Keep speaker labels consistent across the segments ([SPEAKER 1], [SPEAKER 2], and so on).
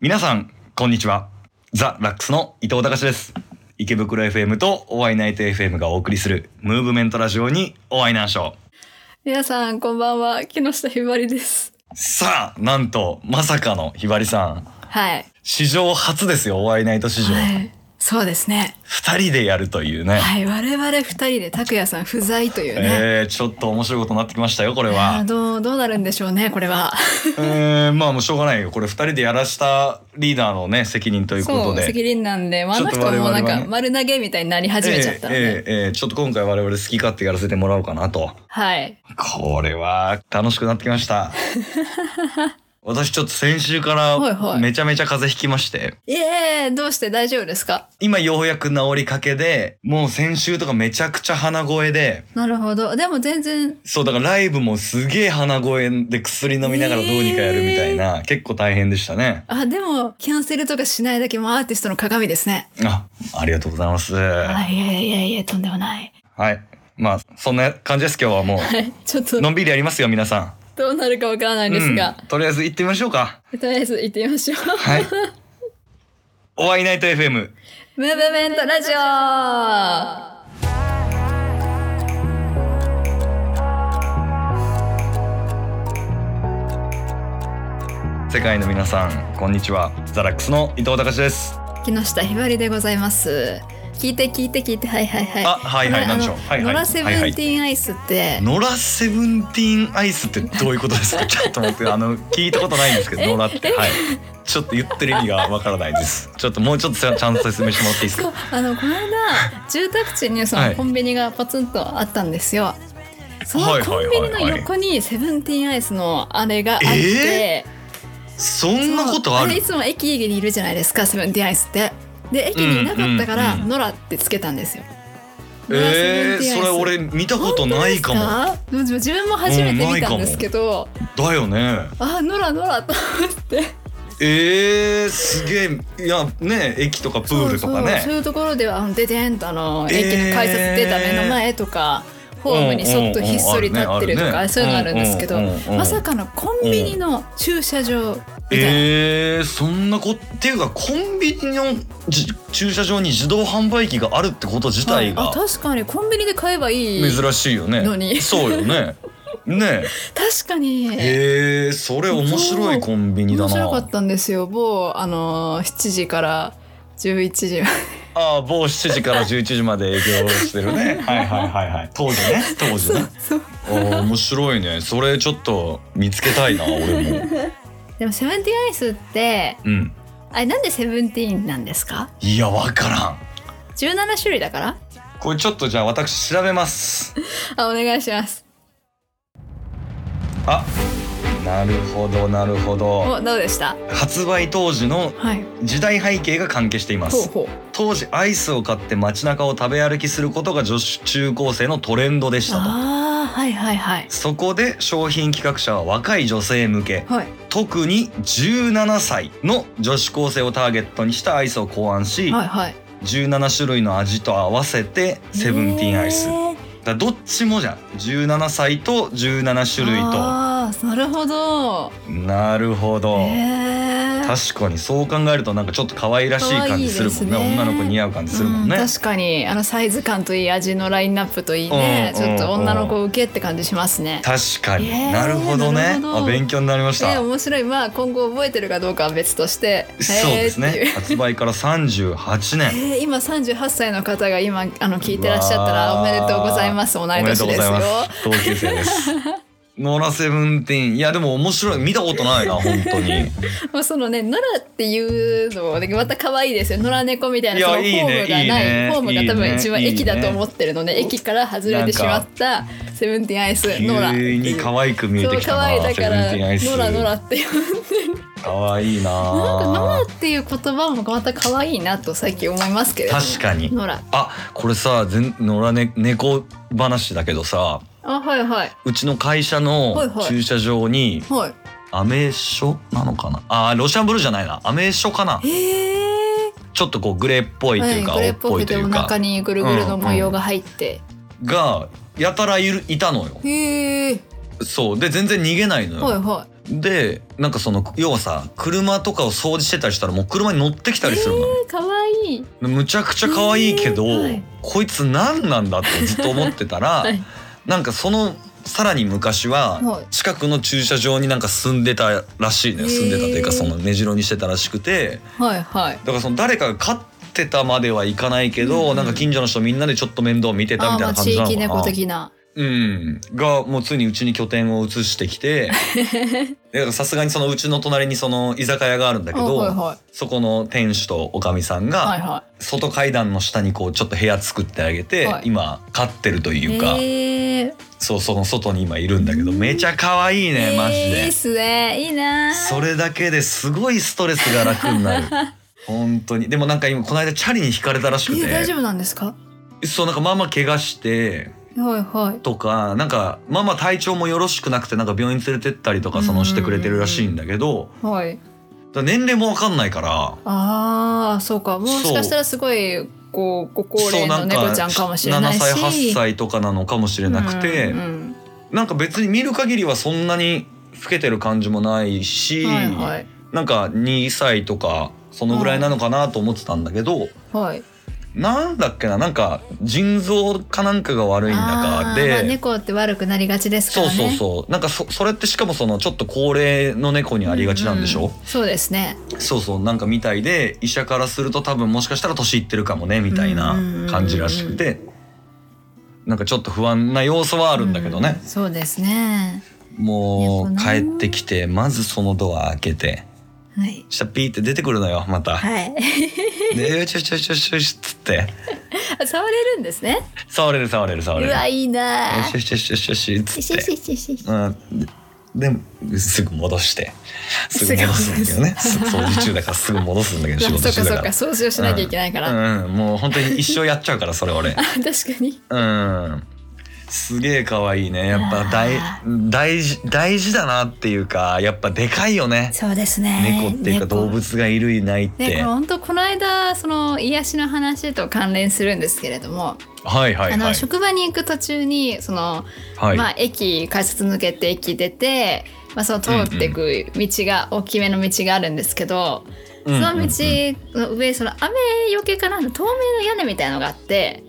[SPEAKER 1] 皆さんこんにちはザ・ラックスの伊藤隆です池袋 FM とお会いナイト FM がお送りするムーブメントラジオにお会いなんしょう
[SPEAKER 2] 皆さんこんばんは木下ひばりです
[SPEAKER 1] さあなんとまさかのひばりさん
[SPEAKER 2] はい、
[SPEAKER 1] 史上初ですよお会いナイト史上、
[SPEAKER 2] はい、そうですね
[SPEAKER 1] 二人でやるというね、
[SPEAKER 2] はい我々二人で拓也さん不在というね、
[SPEAKER 1] えー、ちょっと面白いことになってきましたよこれ
[SPEAKER 2] あ
[SPEAKER 1] は
[SPEAKER 2] ーどうどうなるんでしょうねこれは
[SPEAKER 1] えー、まあもうしょうがないよこれ二人でやらしたリーダーのね責任ということ
[SPEAKER 2] そう
[SPEAKER 1] で
[SPEAKER 2] 責任なんであ
[SPEAKER 1] ちょ
[SPEAKER 2] の
[SPEAKER 1] っと
[SPEAKER 2] 人も
[SPEAKER 1] 我々
[SPEAKER 2] なん
[SPEAKER 1] は
[SPEAKER 2] か
[SPEAKER 1] ね
[SPEAKER 2] 丸投げみたいになり始めちゃったので、
[SPEAKER 1] えーえーえーちょっと今回我々好き勝手やらせてもらおうかなと
[SPEAKER 2] はい
[SPEAKER 1] これは楽しくなってきました 私ちょっと先週か
[SPEAKER 2] はいは
[SPEAKER 1] ら
[SPEAKER 2] い
[SPEAKER 1] めちゃめちゃ風邪ひきまして、
[SPEAKER 2] いえーどうして大丈夫ですか
[SPEAKER 1] 今ようやく治りかけでもう先週とかめちゃくちゃ鼻声で
[SPEAKER 2] なるほどでも全然
[SPEAKER 1] そうだからライブもすげえ鼻声で薬飲みながらどうにかやるみたいな、結構大変でしたね
[SPEAKER 2] あでもキャンセルとかしないだけもアーティストの鏡ですね
[SPEAKER 1] あありがとうございますは
[SPEAKER 2] あ
[SPEAKER 1] い、
[SPEAKER 2] いやいやいやとんでもない
[SPEAKER 1] まあそんな感じです今日はもう
[SPEAKER 2] はいちょっ と
[SPEAKER 1] のんびりやりますよ皆さ
[SPEAKER 2] どうなるかわからない
[SPEAKER 1] ん、
[SPEAKER 2] ですが、
[SPEAKER 1] うんとりあえず行ってみましょうか
[SPEAKER 2] とりあえず行ってみましょう
[SPEAKER 1] はいお会いナイト FM
[SPEAKER 2] ムーブメントラジオは
[SPEAKER 1] 世界の皆さんこんにちはザラックスの伊藤隆です
[SPEAKER 2] 木下ひばりでございます聞いて聞いて聞いてはいはいはい
[SPEAKER 1] あはいはい
[SPEAKER 2] あの
[SPEAKER 1] なんでしょう
[SPEAKER 2] あの
[SPEAKER 1] はいはい
[SPEAKER 2] ノラセブンティーンアイスって
[SPEAKER 1] ノラセブンティーンアイスってどういうことですかちょっと待ってあの聞いたことないんですけどノラってはいちょっと言ってる意味がわからないですちょっともうちょっとちゃんと説明してもらっていいですか
[SPEAKER 2] あのこの間住宅地にそ
[SPEAKER 1] は
[SPEAKER 2] の
[SPEAKER 1] い
[SPEAKER 2] コンビニがポツンとあったんですよ、その
[SPEAKER 1] はい
[SPEAKER 2] コ
[SPEAKER 1] はい
[SPEAKER 2] ン
[SPEAKER 1] は
[SPEAKER 2] ビ
[SPEAKER 1] いは
[SPEAKER 2] ニ
[SPEAKER 1] い
[SPEAKER 2] の横にセブンティーンアイスのあれがあって、
[SPEAKER 1] えそんなことあ
[SPEAKER 2] そうれ
[SPEAKER 1] る
[SPEAKER 2] いつも駅にいるじゃないですかセブンティーンアイスってで駅にいなかったから、
[SPEAKER 1] うんうんうん
[SPEAKER 2] ノラってつけたんですよ
[SPEAKER 1] えー、
[SPEAKER 2] ノラセブンティーンアイス
[SPEAKER 1] それ俺見たことないかも
[SPEAKER 2] 本当ですかでも自分も初めて見たんですけど、
[SPEAKER 1] だよね
[SPEAKER 2] あノラノラと思って
[SPEAKER 1] えー、すげえいやね駅とかプールとか
[SPEAKER 2] そう
[SPEAKER 1] ね
[SPEAKER 2] そうそういうところではあのデデンとあの、
[SPEAKER 1] えー
[SPEAKER 2] 駅の改札出た目の前とかホームにそっとひっそり立って
[SPEAKER 1] うんうんう
[SPEAKER 2] ると
[SPEAKER 1] んあるねある
[SPEAKER 2] か
[SPEAKER 1] ね
[SPEAKER 2] そういうのあるんですけど
[SPEAKER 1] うんうんうん
[SPEAKER 2] まさかのコンビニの駐車場みたいな、
[SPEAKER 1] えー、そんなこっていうかコンビニのじ駐車場に自動販売機があるってこと自体
[SPEAKER 2] はい
[SPEAKER 1] が
[SPEAKER 2] あ確かにコンビニで買えばいい
[SPEAKER 1] 珍しいよね。
[SPEAKER 2] のに
[SPEAKER 1] そうよね。 ね
[SPEAKER 2] 確かに、
[SPEAKER 1] え。へえ、それ面白いコンビニだ
[SPEAKER 2] 面
[SPEAKER 1] な。
[SPEAKER 2] 白かったんですよ某あの7時から11時まで
[SPEAKER 1] ああ、某7時から11時まで営業してる ね。はいはいはいはい。当時ね、当時ね。
[SPEAKER 2] そう
[SPEAKER 1] ああ、面白いね。それちょっと見つけたいな、俺 も。
[SPEAKER 2] でもセブンティーンアイスって
[SPEAKER 1] うん。
[SPEAKER 2] あれなんでセブンティーンなんですか
[SPEAKER 1] いや、わからん。
[SPEAKER 2] 17種類だから
[SPEAKER 1] これちょっとじゃあ私調べます。
[SPEAKER 2] あお願いします
[SPEAKER 1] あ、なるほどなるほど。
[SPEAKER 2] おどうでした
[SPEAKER 1] 発売当時の
[SPEAKER 2] はい
[SPEAKER 1] 時代背景が関係していま
[SPEAKER 2] ほう
[SPEAKER 1] す。
[SPEAKER 2] ほう
[SPEAKER 1] 当時アイスを買って街中を食べ歩きすることが女子中高生のトレンドでしたと
[SPEAKER 2] ああはいはいはい
[SPEAKER 1] そこで商品企画者は若い女性向け
[SPEAKER 2] はい
[SPEAKER 1] 特に17歳の女子高生をターゲットにしたアイスを考案し、
[SPEAKER 2] はいはい
[SPEAKER 1] 17種類の味と合わせてセブンティーンアイス
[SPEAKER 2] へ
[SPEAKER 1] だか
[SPEAKER 2] ー
[SPEAKER 1] らどっちもじゃん17歳と17種類と
[SPEAKER 2] ああなるほど
[SPEAKER 1] なるほど、
[SPEAKER 2] へえ
[SPEAKER 1] 確かにそう考えるとなんかちょっと可愛らしい感じするもんね
[SPEAKER 2] 可愛いですね
[SPEAKER 1] 女の子に似合う感じするもんね、
[SPEAKER 2] うん確かにあのサイズ感といい味のラインナップといいね
[SPEAKER 1] うん
[SPEAKER 2] ちょっと
[SPEAKER 1] うん
[SPEAKER 2] 女の子受けって感じしますね
[SPEAKER 1] 確かに、
[SPEAKER 2] えー
[SPEAKER 1] なるほどね
[SPEAKER 2] なるほど
[SPEAKER 1] あ勉強になりました、
[SPEAKER 2] えー面白いまあ今後覚えてるかどうかは別として
[SPEAKER 1] そうです
[SPEAKER 2] へーってい
[SPEAKER 1] ね
[SPEAKER 2] う
[SPEAKER 1] 発売から38年
[SPEAKER 2] えー今38歳の方が今あの聞いてらっしゃったら
[SPEAKER 1] う
[SPEAKER 2] お
[SPEAKER 1] わー
[SPEAKER 2] めでとうございます同
[SPEAKER 1] お
[SPEAKER 2] い
[SPEAKER 1] め
[SPEAKER 2] 年
[SPEAKER 1] で
[SPEAKER 2] で
[SPEAKER 1] と
[SPEAKER 2] す
[SPEAKER 1] う
[SPEAKER 2] よ
[SPEAKER 1] ございます同級生です ノラセブンティーンいやでも面白い見たこと ないな本当にい
[SPEAKER 2] まあそのね野良っていうのもねまた可愛いですよ野良猫みたい
[SPEAKER 1] い
[SPEAKER 2] な
[SPEAKER 1] や
[SPEAKER 2] そのホ
[SPEAKER 1] いいね
[SPEAKER 2] ームがない
[SPEAKER 1] いいね
[SPEAKER 2] ホームが多
[SPEAKER 1] いい
[SPEAKER 2] 分
[SPEAKER 1] ね
[SPEAKER 2] 一番
[SPEAKER 1] いいね
[SPEAKER 2] 駅だと思ってるので駅から外れてしまったセブンティーンアイス野良
[SPEAKER 1] 急に可愛く見え
[SPEAKER 2] そ
[SPEAKER 1] て
[SPEAKER 2] う
[SPEAKER 1] きた
[SPEAKER 2] 可愛い
[SPEAKER 1] な
[SPEAKER 2] だ
[SPEAKER 1] セ
[SPEAKER 2] か
[SPEAKER 1] ブン
[SPEAKER 2] ら
[SPEAKER 1] ティーンアイス
[SPEAKER 2] 野良野良っていう
[SPEAKER 1] 可愛いな
[SPEAKER 2] なんか野
[SPEAKER 1] な
[SPEAKER 2] 良っていう言葉もまた可愛いなと最近思いますけれども
[SPEAKER 1] 確かに
[SPEAKER 2] 野良
[SPEAKER 1] あこれさ全野良、ね、猫話だけどさ
[SPEAKER 2] あはいはい。
[SPEAKER 1] うちの会社の
[SPEAKER 2] はいはい
[SPEAKER 1] 駐車場に
[SPEAKER 2] は。
[SPEAKER 1] アメ書なのかなあロシアンブルーじゃないなアメ書かない
[SPEAKER 2] へえ。
[SPEAKER 1] ちちょっとこうグレーっぽいというか、
[SPEAKER 2] はい、グレ
[SPEAKER 1] 青
[SPEAKER 2] ー
[SPEAKER 1] っ
[SPEAKER 2] っぽ
[SPEAKER 1] ぽ
[SPEAKER 2] く
[SPEAKER 1] いと
[SPEAKER 2] て
[SPEAKER 1] い
[SPEAKER 2] お
[SPEAKER 1] うか
[SPEAKER 2] 腹にぐるぐるの模様が入って、
[SPEAKER 1] がやたらいるいたのよ
[SPEAKER 2] へえ
[SPEAKER 1] そうで全然逃げないのよ、
[SPEAKER 2] はいは
[SPEAKER 1] でなんかその要はさ車とかを掃除してたりしたらもう車に乗ってきたりするの、
[SPEAKER 2] いかわいい
[SPEAKER 1] むちゃくちゃ可愛いけど、
[SPEAKER 2] えーはい
[SPEAKER 1] こいつ何なんだってずっと思ってたら、
[SPEAKER 2] い
[SPEAKER 1] なんかそのさらに昔
[SPEAKER 2] は
[SPEAKER 1] はい近くの駐車場になんか住んでたらしいのよ
[SPEAKER 2] へー
[SPEAKER 1] 住んでたというかその根城にしてたらしくて
[SPEAKER 2] はいはい
[SPEAKER 1] だからその誰かが飼ってたまではいかないけ
[SPEAKER 2] うん
[SPEAKER 1] ど、
[SPEAKER 2] うん
[SPEAKER 1] なんか近所の人みんなでちょっと面倒見てたみ
[SPEAKER 2] あー
[SPEAKER 1] たい
[SPEAKER 2] まあ
[SPEAKER 1] な感
[SPEAKER 2] 地
[SPEAKER 1] じなのか
[SPEAKER 2] 域
[SPEAKER 1] な。
[SPEAKER 2] 猫的な
[SPEAKER 1] うん、がもうついにうちに拠点を移してきてだからさすがにそのうちの隣にその居酒屋があるんだけ
[SPEAKER 2] あ
[SPEAKER 1] ど、
[SPEAKER 2] はいは
[SPEAKER 1] そこの店主とおかみさん
[SPEAKER 2] いはい
[SPEAKER 1] が
[SPEAKER 2] は
[SPEAKER 1] 外階段の下にこうちょっと部屋作ってあげて、
[SPEAKER 2] はい
[SPEAKER 1] 今飼ってると
[SPEAKER 2] い
[SPEAKER 1] いうか、
[SPEAKER 2] へえ
[SPEAKER 1] そうその外に今いるんだけどめちゃ可愛いねマジ
[SPEAKER 2] いい
[SPEAKER 1] で
[SPEAKER 2] っ。すねいいなー
[SPEAKER 1] それだけですごいストレスが楽に なる本当にでもなんか今この間チャリに引かれたらしく
[SPEAKER 2] え大
[SPEAKER 1] て
[SPEAKER 2] 丈夫なんですか
[SPEAKER 1] そうなんかママ怪我して
[SPEAKER 2] はいはい
[SPEAKER 1] とかなんかママ体調もよろしくなくてなんか病院連れてったりとかそ
[SPEAKER 2] うんうんう
[SPEAKER 1] の
[SPEAKER 2] ん
[SPEAKER 1] してくれてるらしいんだけど
[SPEAKER 2] はい
[SPEAKER 1] だから年齢もわかんないから
[SPEAKER 2] ああそうかもしかしたらすごいこうご高齢の猫ちゃんかもしれない
[SPEAKER 1] 7
[SPEAKER 2] し
[SPEAKER 1] 歳8歳とかなのかもしれなくて、
[SPEAKER 2] うんうん
[SPEAKER 1] なんか別に見る限りはそんなに老けてる感じもないし、
[SPEAKER 2] はいはい
[SPEAKER 1] なんか2歳とかそのぐらいなのかなと思ってたんだけど、
[SPEAKER 2] はい
[SPEAKER 1] なんだっけななんか腎臓かなんかが悪いんだ
[SPEAKER 2] あ
[SPEAKER 1] か
[SPEAKER 2] ー
[SPEAKER 1] で。
[SPEAKER 2] まあ、猫って悪くなりがちです
[SPEAKER 1] そ
[SPEAKER 2] か
[SPEAKER 1] う
[SPEAKER 2] らね
[SPEAKER 1] そうそうなんかそそれってしかもそのちょっと高齢の猫にありがちなんでしょ、
[SPEAKER 2] ううそうですね
[SPEAKER 1] そうそうなんかみたいで医者からすると多分もしかしたら年いってるかもねみたいな感じらしくてなんかちょっと不安な要素はあ
[SPEAKER 2] あ
[SPEAKER 1] るんだけどね
[SPEAKER 2] そうですね
[SPEAKER 1] もう
[SPEAKER 2] やっぱな
[SPEAKER 1] 帰ってきてまずそのドア開けて
[SPEAKER 2] はい
[SPEAKER 1] シャピーって出てくるのよまた。
[SPEAKER 2] はい
[SPEAKER 1] でよしよしよしよしよしっつって
[SPEAKER 2] 触れるんですね
[SPEAKER 1] 触れる触れる触
[SPEAKER 2] う
[SPEAKER 1] れる。
[SPEAKER 2] わいいな
[SPEAKER 1] よ
[SPEAKER 2] ー
[SPEAKER 1] しよしよしよしよしっ
[SPEAKER 2] し
[SPEAKER 1] つ
[SPEAKER 2] し
[SPEAKER 1] って。
[SPEAKER 2] しししし
[SPEAKER 1] うんでですぐ戻してすぐ戻すんだけどね
[SPEAKER 2] すぐ戻す
[SPEAKER 1] そう掃除中だからすぐ戻すんだけど仕
[SPEAKER 2] そ
[SPEAKER 1] 事中
[SPEAKER 2] うか
[SPEAKER 1] だ
[SPEAKER 2] そう
[SPEAKER 1] か
[SPEAKER 2] から掃除をしなきゃいけないから、あ
[SPEAKER 1] うん、もう本当に一生やっちゃうからそれ俺
[SPEAKER 2] 確かに
[SPEAKER 1] うんすげえ可愛いねやっぱ大
[SPEAKER 2] あ
[SPEAKER 1] 大事大事だなっていうかやっぱでかいよね
[SPEAKER 2] そうですね
[SPEAKER 1] 猫っていうか動物がいるいないっ
[SPEAKER 2] ね、こ
[SPEAKER 1] て
[SPEAKER 2] れ本当この間その癒しの話と関連するんですけれども、
[SPEAKER 1] はいはい
[SPEAKER 2] あ
[SPEAKER 1] は
[SPEAKER 2] の
[SPEAKER 1] い
[SPEAKER 2] 職場に行く途中にその、
[SPEAKER 1] はい、
[SPEAKER 2] まあ駅改札抜けて駅出て、まあ、その通っていく道が、大きめの道があるんですけど、
[SPEAKER 1] うんうんうん
[SPEAKER 2] その道の上その雨よけかな透明の屋根みたいのがあって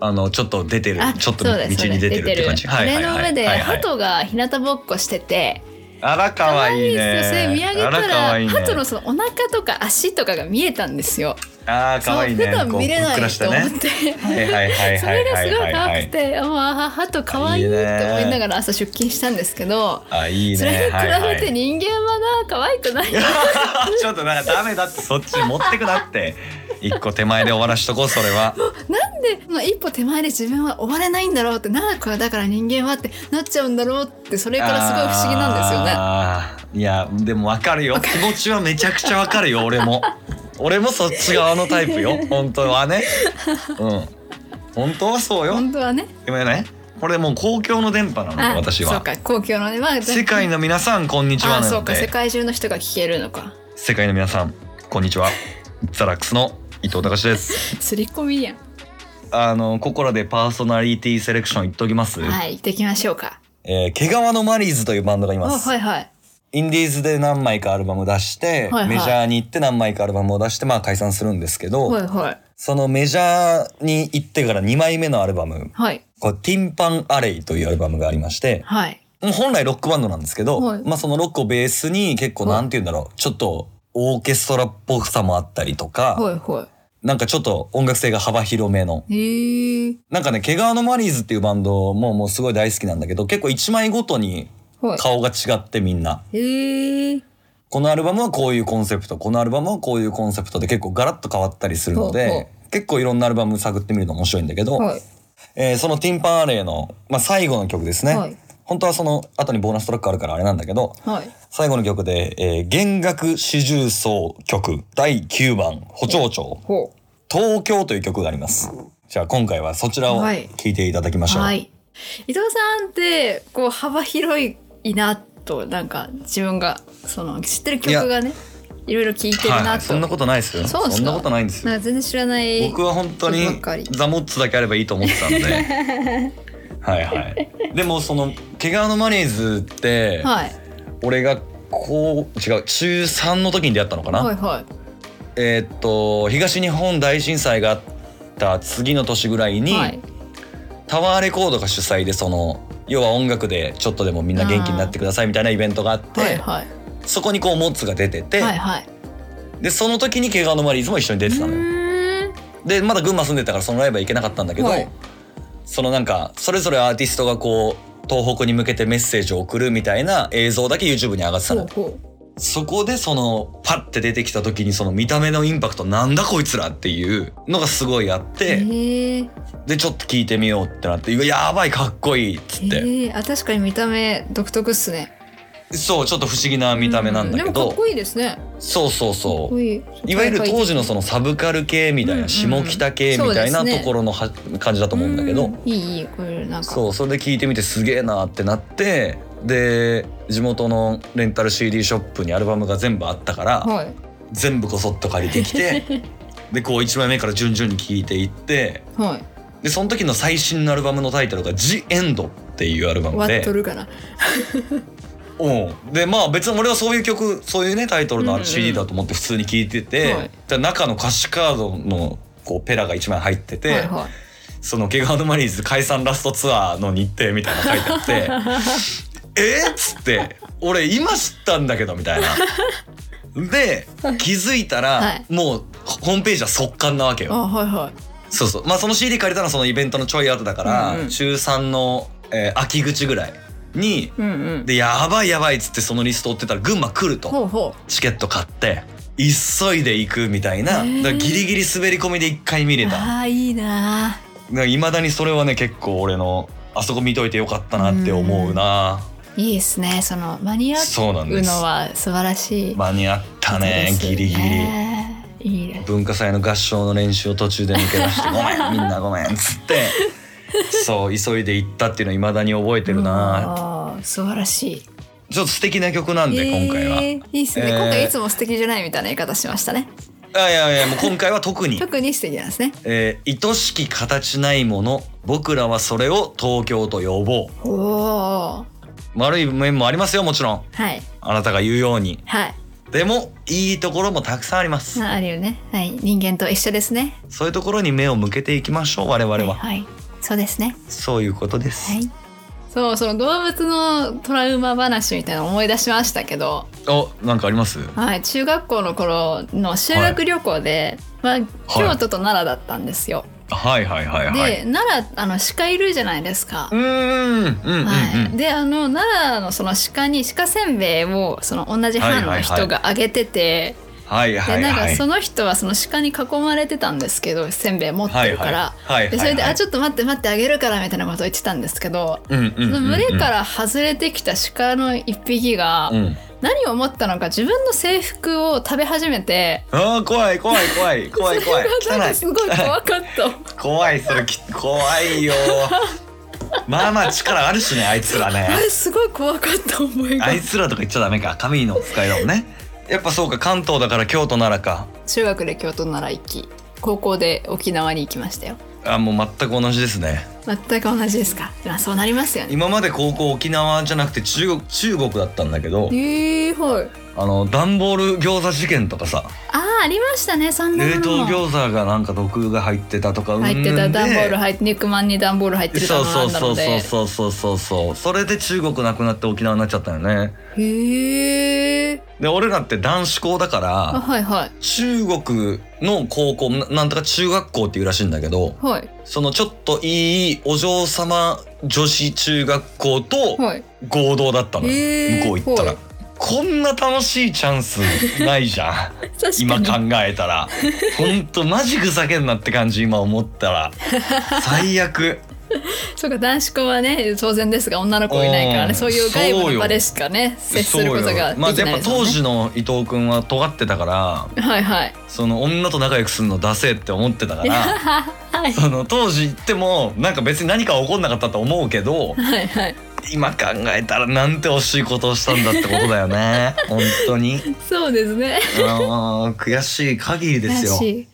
[SPEAKER 1] あのちょっと出てる
[SPEAKER 2] あ
[SPEAKER 1] ちょっと
[SPEAKER 2] そ
[SPEAKER 1] 道
[SPEAKER 2] う
[SPEAKER 1] に
[SPEAKER 2] です
[SPEAKER 1] 出てるって感
[SPEAKER 2] そ
[SPEAKER 1] じ
[SPEAKER 2] うです
[SPEAKER 1] はい
[SPEAKER 2] あ
[SPEAKER 1] はい
[SPEAKER 2] れの
[SPEAKER 1] は
[SPEAKER 2] 上
[SPEAKER 1] い
[SPEAKER 2] で
[SPEAKER 1] はいはい
[SPEAKER 2] 鳩が日向ぼっこしてて
[SPEAKER 1] あら可愛いね
[SPEAKER 2] ですよそれ見上げた
[SPEAKER 1] あら可
[SPEAKER 2] ら
[SPEAKER 1] 愛いね
[SPEAKER 2] 鳩のそのお腹とか足とかが見えたんですよ。
[SPEAKER 1] あー可愛いね
[SPEAKER 2] そう普段
[SPEAKER 1] こう
[SPEAKER 2] 見れな
[SPEAKER 1] ふっくら
[SPEAKER 2] い
[SPEAKER 1] して
[SPEAKER 2] と思っ
[SPEAKER 1] ね
[SPEAKER 2] て。
[SPEAKER 1] はいはいはい
[SPEAKER 2] そ
[SPEAKER 1] は
[SPEAKER 2] れ
[SPEAKER 1] い
[SPEAKER 2] が
[SPEAKER 1] は
[SPEAKER 2] す
[SPEAKER 1] い
[SPEAKER 2] ご
[SPEAKER 1] はいい
[SPEAKER 2] 可
[SPEAKER 1] は
[SPEAKER 2] 愛
[SPEAKER 1] い
[SPEAKER 2] くて、ああ、鳩可愛いって思いながら朝出勤したんですけど、
[SPEAKER 1] あいいね
[SPEAKER 2] それに比
[SPEAKER 1] はいは
[SPEAKER 2] べ
[SPEAKER 1] い
[SPEAKER 2] て人間はな、可愛くな い。
[SPEAKER 1] ちょっとなんかダメだってそっちに持ってくな って一個手前で終わらしとこうそれは
[SPEAKER 2] なんで、まあ、一歩手前で自分は終われないんだろうって、長くはだから人間はってなっちゃうんだろうって、それからすごい不思議なんですよね。
[SPEAKER 1] ねいやでもわかるよ気持ちはめちゃくちゃわかるよ俺 も俺もそっち側のタイプよ本当はねうん本当はそうよ
[SPEAKER 2] 本当はね。
[SPEAKER 1] でもねこれもう公共の電波なの
[SPEAKER 2] あ
[SPEAKER 1] 私
[SPEAKER 2] そう
[SPEAKER 1] は
[SPEAKER 2] か、公共のね、まあ、
[SPEAKER 1] 世界の皆さんこんにちは
[SPEAKER 2] あ、
[SPEAKER 1] な
[SPEAKER 2] そう
[SPEAKER 1] の
[SPEAKER 2] か、世
[SPEAKER 1] で
[SPEAKER 2] 界中の人が聞けるのか。
[SPEAKER 1] 世界の皆さんこんにちはザラックスの伊藤隆です
[SPEAKER 2] 刷り込みやん。
[SPEAKER 1] あのここらでパーソナリティセレクション言っときます、
[SPEAKER 2] はい、行ってきましょうか。
[SPEAKER 1] えー、毛皮のマリーズというバンドがい
[SPEAKER 2] あ、
[SPEAKER 1] ます、
[SPEAKER 2] はいはい。
[SPEAKER 1] インディーズで何枚かアルバム出して、
[SPEAKER 2] はいはい
[SPEAKER 1] メジャーに行って何枚かアルバムを出して、まあ解散するんですけど、
[SPEAKER 2] はいはい。
[SPEAKER 1] そのメジャーに行ってから2枚目のアルバム、
[SPEAKER 2] はい。
[SPEAKER 1] こうティンパンアレイというアルバムがありまして、
[SPEAKER 2] はい。
[SPEAKER 1] もう本来ロックバンドなんですけど、
[SPEAKER 2] はい
[SPEAKER 1] まあそのロックをベースに結構
[SPEAKER 2] はい
[SPEAKER 1] なんて言うんだろう、ちょっとオーケストラっぽさもあったりとか、
[SPEAKER 2] はいは
[SPEAKER 1] なんかちょっと音楽性が幅広めの、
[SPEAKER 2] い。へえ。
[SPEAKER 1] なんかね、毛皮のマリーズっていうバンドももうすごい大好きなんだけど、結構1枚ごとに
[SPEAKER 2] はい。
[SPEAKER 1] 顔が違ってみんな。
[SPEAKER 2] へえ。
[SPEAKER 1] このアルバムはこういうコンセプトこのアルバムはこういうコンセプトで結構ガラッと変わったりするの
[SPEAKER 2] ほう
[SPEAKER 1] で
[SPEAKER 2] ほ
[SPEAKER 1] 結構いろんなアルバム探ってみるの面白いんだけど、
[SPEAKER 2] はい。
[SPEAKER 1] えーその「ティンパンアレイの」まあ、最後の曲ですね、
[SPEAKER 2] はい
[SPEAKER 1] 本当はその後にボーナストラックあるからあれなんだけど
[SPEAKER 2] はい。
[SPEAKER 1] 最後の曲で「えー弦楽四重奏曲第9番補聴聴
[SPEAKER 2] ほ
[SPEAKER 1] 東京」という曲があります。じゃあ今回はそちらを
[SPEAKER 2] はい
[SPEAKER 1] 聴いていただきまし
[SPEAKER 2] う。
[SPEAKER 1] ょう。
[SPEAKER 2] はい。伊藤さんって、こう幅広いなと、なんか自分が、その知ってる曲がね。いろいろ聞いてる
[SPEAKER 1] はいは、
[SPEAKER 2] ないと、
[SPEAKER 1] そんなことないですよ
[SPEAKER 2] そうですか
[SPEAKER 1] んなことないんですよ
[SPEAKER 2] なんか全然知らない
[SPEAKER 1] 僕は本当に
[SPEAKER 2] ことばっかり
[SPEAKER 1] ザモッツだけあればいいと思ってたん ではいはいでもその「毛皮のマネーズ」って、
[SPEAKER 2] はい
[SPEAKER 1] 俺がこう違う中3の時に出会ったのかな、
[SPEAKER 2] はいはい
[SPEAKER 1] えーっと東日本大震災があった次の年ぐらいに、
[SPEAKER 2] はい
[SPEAKER 1] タワーレコードが主催でその要は音楽でちょっとでもみんな元気になってくださいみたいなイベントがあって、
[SPEAKER 2] はいはい
[SPEAKER 1] そこにこうモッツが出てて、
[SPEAKER 2] はいはい
[SPEAKER 1] でその時に「毛皮のマリーズ」も一緒に出てたのよ。
[SPEAKER 2] う
[SPEAKER 1] でまだ群馬住んでたからそのライブは行けなかったんだけど、
[SPEAKER 2] はい
[SPEAKER 1] そのなんかそれぞれアーティストがこう東北に向けてメッセージを送るみたいな映像だけ YouTube に上がってた
[SPEAKER 2] ーん
[SPEAKER 1] の
[SPEAKER 2] ほうほ
[SPEAKER 1] そこでそのパッて出てきた時にその見た目のインパクトなんだこいつらっていうのがすごいあっ
[SPEAKER 2] うへ
[SPEAKER 1] て、
[SPEAKER 2] ー
[SPEAKER 1] でちょっと聞いてみようってなって「うわやばいかっこいい」っつって、
[SPEAKER 2] へーあ確かに見た目独特っすね
[SPEAKER 1] そうちょっと不思議な見た目なんだけ
[SPEAKER 2] うでも
[SPEAKER 1] ど、
[SPEAKER 2] かっこいいですね
[SPEAKER 1] そうそう
[SPEAKER 2] かっ
[SPEAKER 1] そ
[SPEAKER 2] こ
[SPEAKER 1] う。
[SPEAKER 2] いい
[SPEAKER 1] いわゆる当時のそ
[SPEAKER 2] の
[SPEAKER 1] のサブカル系みたい
[SPEAKER 2] うんう
[SPEAKER 1] なん下北系みたいな
[SPEAKER 2] そうです
[SPEAKER 1] と
[SPEAKER 2] ね
[SPEAKER 1] ころのは感じだと思うんだけど、
[SPEAKER 2] いいいいこれなんか
[SPEAKER 1] そうそれで聞いてみてすげえなってなってで地元のレンタル CD ショップにアルバムが全部あったから、
[SPEAKER 2] はい
[SPEAKER 1] 全部こそっと借りてき てでこう1枚目から順々に聴いていって
[SPEAKER 2] はい
[SPEAKER 1] でその時の最新のアルバムのタイトルが「ジエンドっていうアルバム
[SPEAKER 2] 割っ
[SPEAKER 1] で
[SPEAKER 2] とるかな
[SPEAKER 1] うんでまあ別に俺はそういう曲そういうねタイトルのあ
[SPEAKER 2] うんう
[SPEAKER 1] る
[SPEAKER 2] ん
[SPEAKER 1] CD だと思って普通に聴いてて、
[SPEAKER 2] はい
[SPEAKER 1] で中の歌詞カードのこうペラが1枚入ってて、
[SPEAKER 2] はいはい
[SPEAKER 1] その「ゲガードマリーズ解散ラストツアーの日程」みたいなの書いてあって。 えっつって俺今知ったんだけどみたいな。で気づいたら、
[SPEAKER 2] はい
[SPEAKER 1] もうホームページは速乾なわけ
[SPEAKER 2] あ
[SPEAKER 1] よ。
[SPEAKER 2] はいはい
[SPEAKER 1] そうそうまあその CD 借りたのはそのイベントのちょい後だから、
[SPEAKER 2] うんうん
[SPEAKER 1] 中3の、えー秋口ぐらいに
[SPEAKER 2] うんうん
[SPEAKER 1] でやばいやばいっつってそのリスト追ってたら群馬来ると
[SPEAKER 2] ほうほ
[SPEAKER 1] チケット買って急いで行くみたいな
[SPEAKER 2] へー
[SPEAKER 1] だからギリギリ滑り込みで1回見
[SPEAKER 2] う
[SPEAKER 1] れた
[SPEAKER 2] ああいいな
[SPEAKER 1] ないまだにそれはね結構俺のあそこ見といてよかったなって思うな、
[SPEAKER 2] いいですねそのマニアッ
[SPEAKER 1] そうなん
[SPEAKER 2] ク
[SPEAKER 1] です
[SPEAKER 2] のは素晴らしい
[SPEAKER 1] 間に合った
[SPEAKER 2] こ
[SPEAKER 1] ね
[SPEAKER 2] とです
[SPEAKER 1] ギリギリ。
[SPEAKER 2] ねいいね
[SPEAKER 1] 文化祭の合唱の練習を途中で抜け出 して「ごめんみんなごめん」っつってそう急いで行ったっていうのいまだに覚えてるな
[SPEAKER 2] あー素晴らしい
[SPEAKER 1] ちょっと素敵な曲なんで今回は、
[SPEAKER 2] えーいいですね、
[SPEAKER 1] えー
[SPEAKER 2] 今回いつも素敵じゃないみたいな言い方しましたね
[SPEAKER 1] あいやいやもう今回は特に
[SPEAKER 2] 特に素敵なんですね
[SPEAKER 1] 「えー愛しき形ないもの僕らはそれを東京と呼ぼう
[SPEAKER 2] おお」
[SPEAKER 1] 悪い面もありますよもちろん
[SPEAKER 2] はい
[SPEAKER 1] あなたが言うように
[SPEAKER 2] はい
[SPEAKER 1] でもいいところもたくさんあります
[SPEAKER 2] ああるよねはい人間と一緒ですね
[SPEAKER 1] そういうところに目を向けていきましょう我々は
[SPEAKER 2] はい、はいそうですね
[SPEAKER 1] そういうことです、
[SPEAKER 2] はいそうその動物のトラウマ話みたいなの思い出しましたけど
[SPEAKER 1] おなんかあります
[SPEAKER 2] はい、中学校の頃の修学旅行で、まあ、京都と奈良だったんですよ。
[SPEAKER 1] はいはいはいはい
[SPEAKER 2] で奈良あの鹿いるじゃないですか
[SPEAKER 1] う。ーんうんうんうん、
[SPEAKER 2] はい、であの奈良のその鹿に鹿せんべいをその同じ班の人があげてて、
[SPEAKER 1] はいはい
[SPEAKER 2] でなん
[SPEAKER 1] は
[SPEAKER 2] か
[SPEAKER 1] い。
[SPEAKER 2] その人はその鹿に囲まれてたんですけどせんべい持ってる
[SPEAKER 1] は
[SPEAKER 2] から、
[SPEAKER 1] いはいはいはいはい
[SPEAKER 2] でそれで「あちょっと待って待ってあげるから」みたいなことを言ってたんですけど、
[SPEAKER 1] うんうんうんう
[SPEAKER 2] そ
[SPEAKER 1] ん
[SPEAKER 2] の群れから外れてきた鹿の一匹が、
[SPEAKER 1] うん
[SPEAKER 2] 何を思ったのか自分の制服を食べ始めて
[SPEAKER 1] あー怖い怖い怖い怖い怖い
[SPEAKER 2] それがなんかす
[SPEAKER 1] 汚い
[SPEAKER 2] ごい怖かっ
[SPEAKER 1] 怖いそれき怖い よまあまあ力あるしねあいつら
[SPEAKER 2] たあ
[SPEAKER 1] ね
[SPEAKER 2] れすごい怖かった思い が
[SPEAKER 1] あいつらとか言っちゃダメか神の使いだもんねやっぱそうか関東だから京都奈良か
[SPEAKER 2] 中学で京都なら行き高校で沖縄に行きましたよ
[SPEAKER 1] あもう全く同じですね
[SPEAKER 2] 全く同じですかまあそうなりますよね
[SPEAKER 1] 今まで高校沖縄じゃなくて中国中国だったんだけど
[SPEAKER 2] えー、はい
[SPEAKER 1] あの段ボール餃子事件とかさ
[SPEAKER 2] あーありましたねそんなも
[SPEAKER 1] 冷
[SPEAKER 2] の
[SPEAKER 1] 凍餃子がなんか毒が入ってたとかうんぬん
[SPEAKER 2] 入っ
[SPEAKER 1] で
[SPEAKER 2] てた段ボール入って肉まんに段ボール入ってる
[SPEAKER 1] そう
[SPEAKER 2] な
[SPEAKER 1] そうんそ
[SPEAKER 2] だの
[SPEAKER 1] うそう
[SPEAKER 2] で
[SPEAKER 1] そうそうそうそうそれで中国なくなって沖縄になっちゃったよね
[SPEAKER 2] へえ
[SPEAKER 1] で俺らって男子校だか
[SPEAKER 2] あ
[SPEAKER 1] ら
[SPEAKER 2] はいはい
[SPEAKER 1] 中国の高校ななんとか中学校っていうらしいんだけど
[SPEAKER 2] はい
[SPEAKER 1] そのちょっといいお嬢様女子中学校と
[SPEAKER 2] はい
[SPEAKER 1] 合同だったの
[SPEAKER 2] へ
[SPEAKER 1] よ
[SPEAKER 2] ー
[SPEAKER 1] 向こう行った
[SPEAKER 2] は
[SPEAKER 1] ら
[SPEAKER 2] い
[SPEAKER 1] こんな楽しいチャンスないじゃん
[SPEAKER 2] 確かに
[SPEAKER 1] 今考えたらほんとマジふざけんなって感じ今思ったら最悪
[SPEAKER 2] そうか男子校はね当然ですが女の子いないから
[SPEAKER 1] うん
[SPEAKER 2] ねそういう外
[SPEAKER 1] そ
[SPEAKER 2] 部
[SPEAKER 1] うよ
[SPEAKER 2] の場でしかね接すること
[SPEAKER 1] そう
[SPEAKER 2] が
[SPEAKER 1] よまあ
[SPEAKER 2] でき
[SPEAKER 1] や
[SPEAKER 2] ない
[SPEAKER 1] っぱ
[SPEAKER 2] です
[SPEAKER 1] 当
[SPEAKER 2] もんね。
[SPEAKER 1] 時の伊藤君は尖ってたから
[SPEAKER 2] はいはい。
[SPEAKER 1] その女と仲良くするのダセえって思ってたから
[SPEAKER 2] はい
[SPEAKER 1] その当時行ってもなんか別に何か起こんなかったと思うけど
[SPEAKER 2] はいはい。
[SPEAKER 1] 今考えたらなんて惜しいことをしたんだってことだよ ね本当に
[SPEAKER 2] そうですね。
[SPEAKER 1] あー悔しい限りですよ
[SPEAKER 2] らしい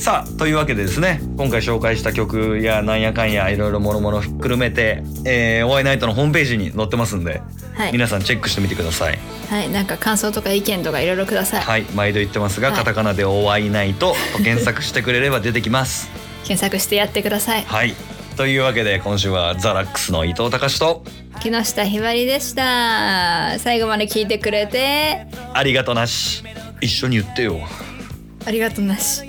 [SPEAKER 1] さあというわけでですね今回紹介した曲やなんやかんやいろいろもろもろひっくるめて、えー、お会いナイトのホームページに載ってますんで
[SPEAKER 2] はい。
[SPEAKER 1] 皆さんチェックしてみてください
[SPEAKER 2] はい。なんか感想とか意見とかいろいろください。
[SPEAKER 1] はい毎度言ってますが、
[SPEAKER 2] はい
[SPEAKER 1] カタカナで「お会いナイト」と検索してくれれば出てきます
[SPEAKER 2] 検索してやってください。
[SPEAKER 1] はいというわけで今週はザラックスの伊藤隆と
[SPEAKER 2] 木下ひばりでした。最後まで聞いてくれて
[SPEAKER 1] ありがとなし一緒に言ってよ
[SPEAKER 2] ありがとうなし。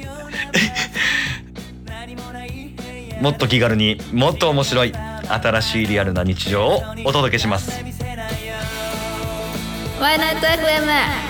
[SPEAKER 1] もっと気軽にもっと面白い新しいリアルな日常をお届けします
[SPEAKER 2] ワイナイト FM。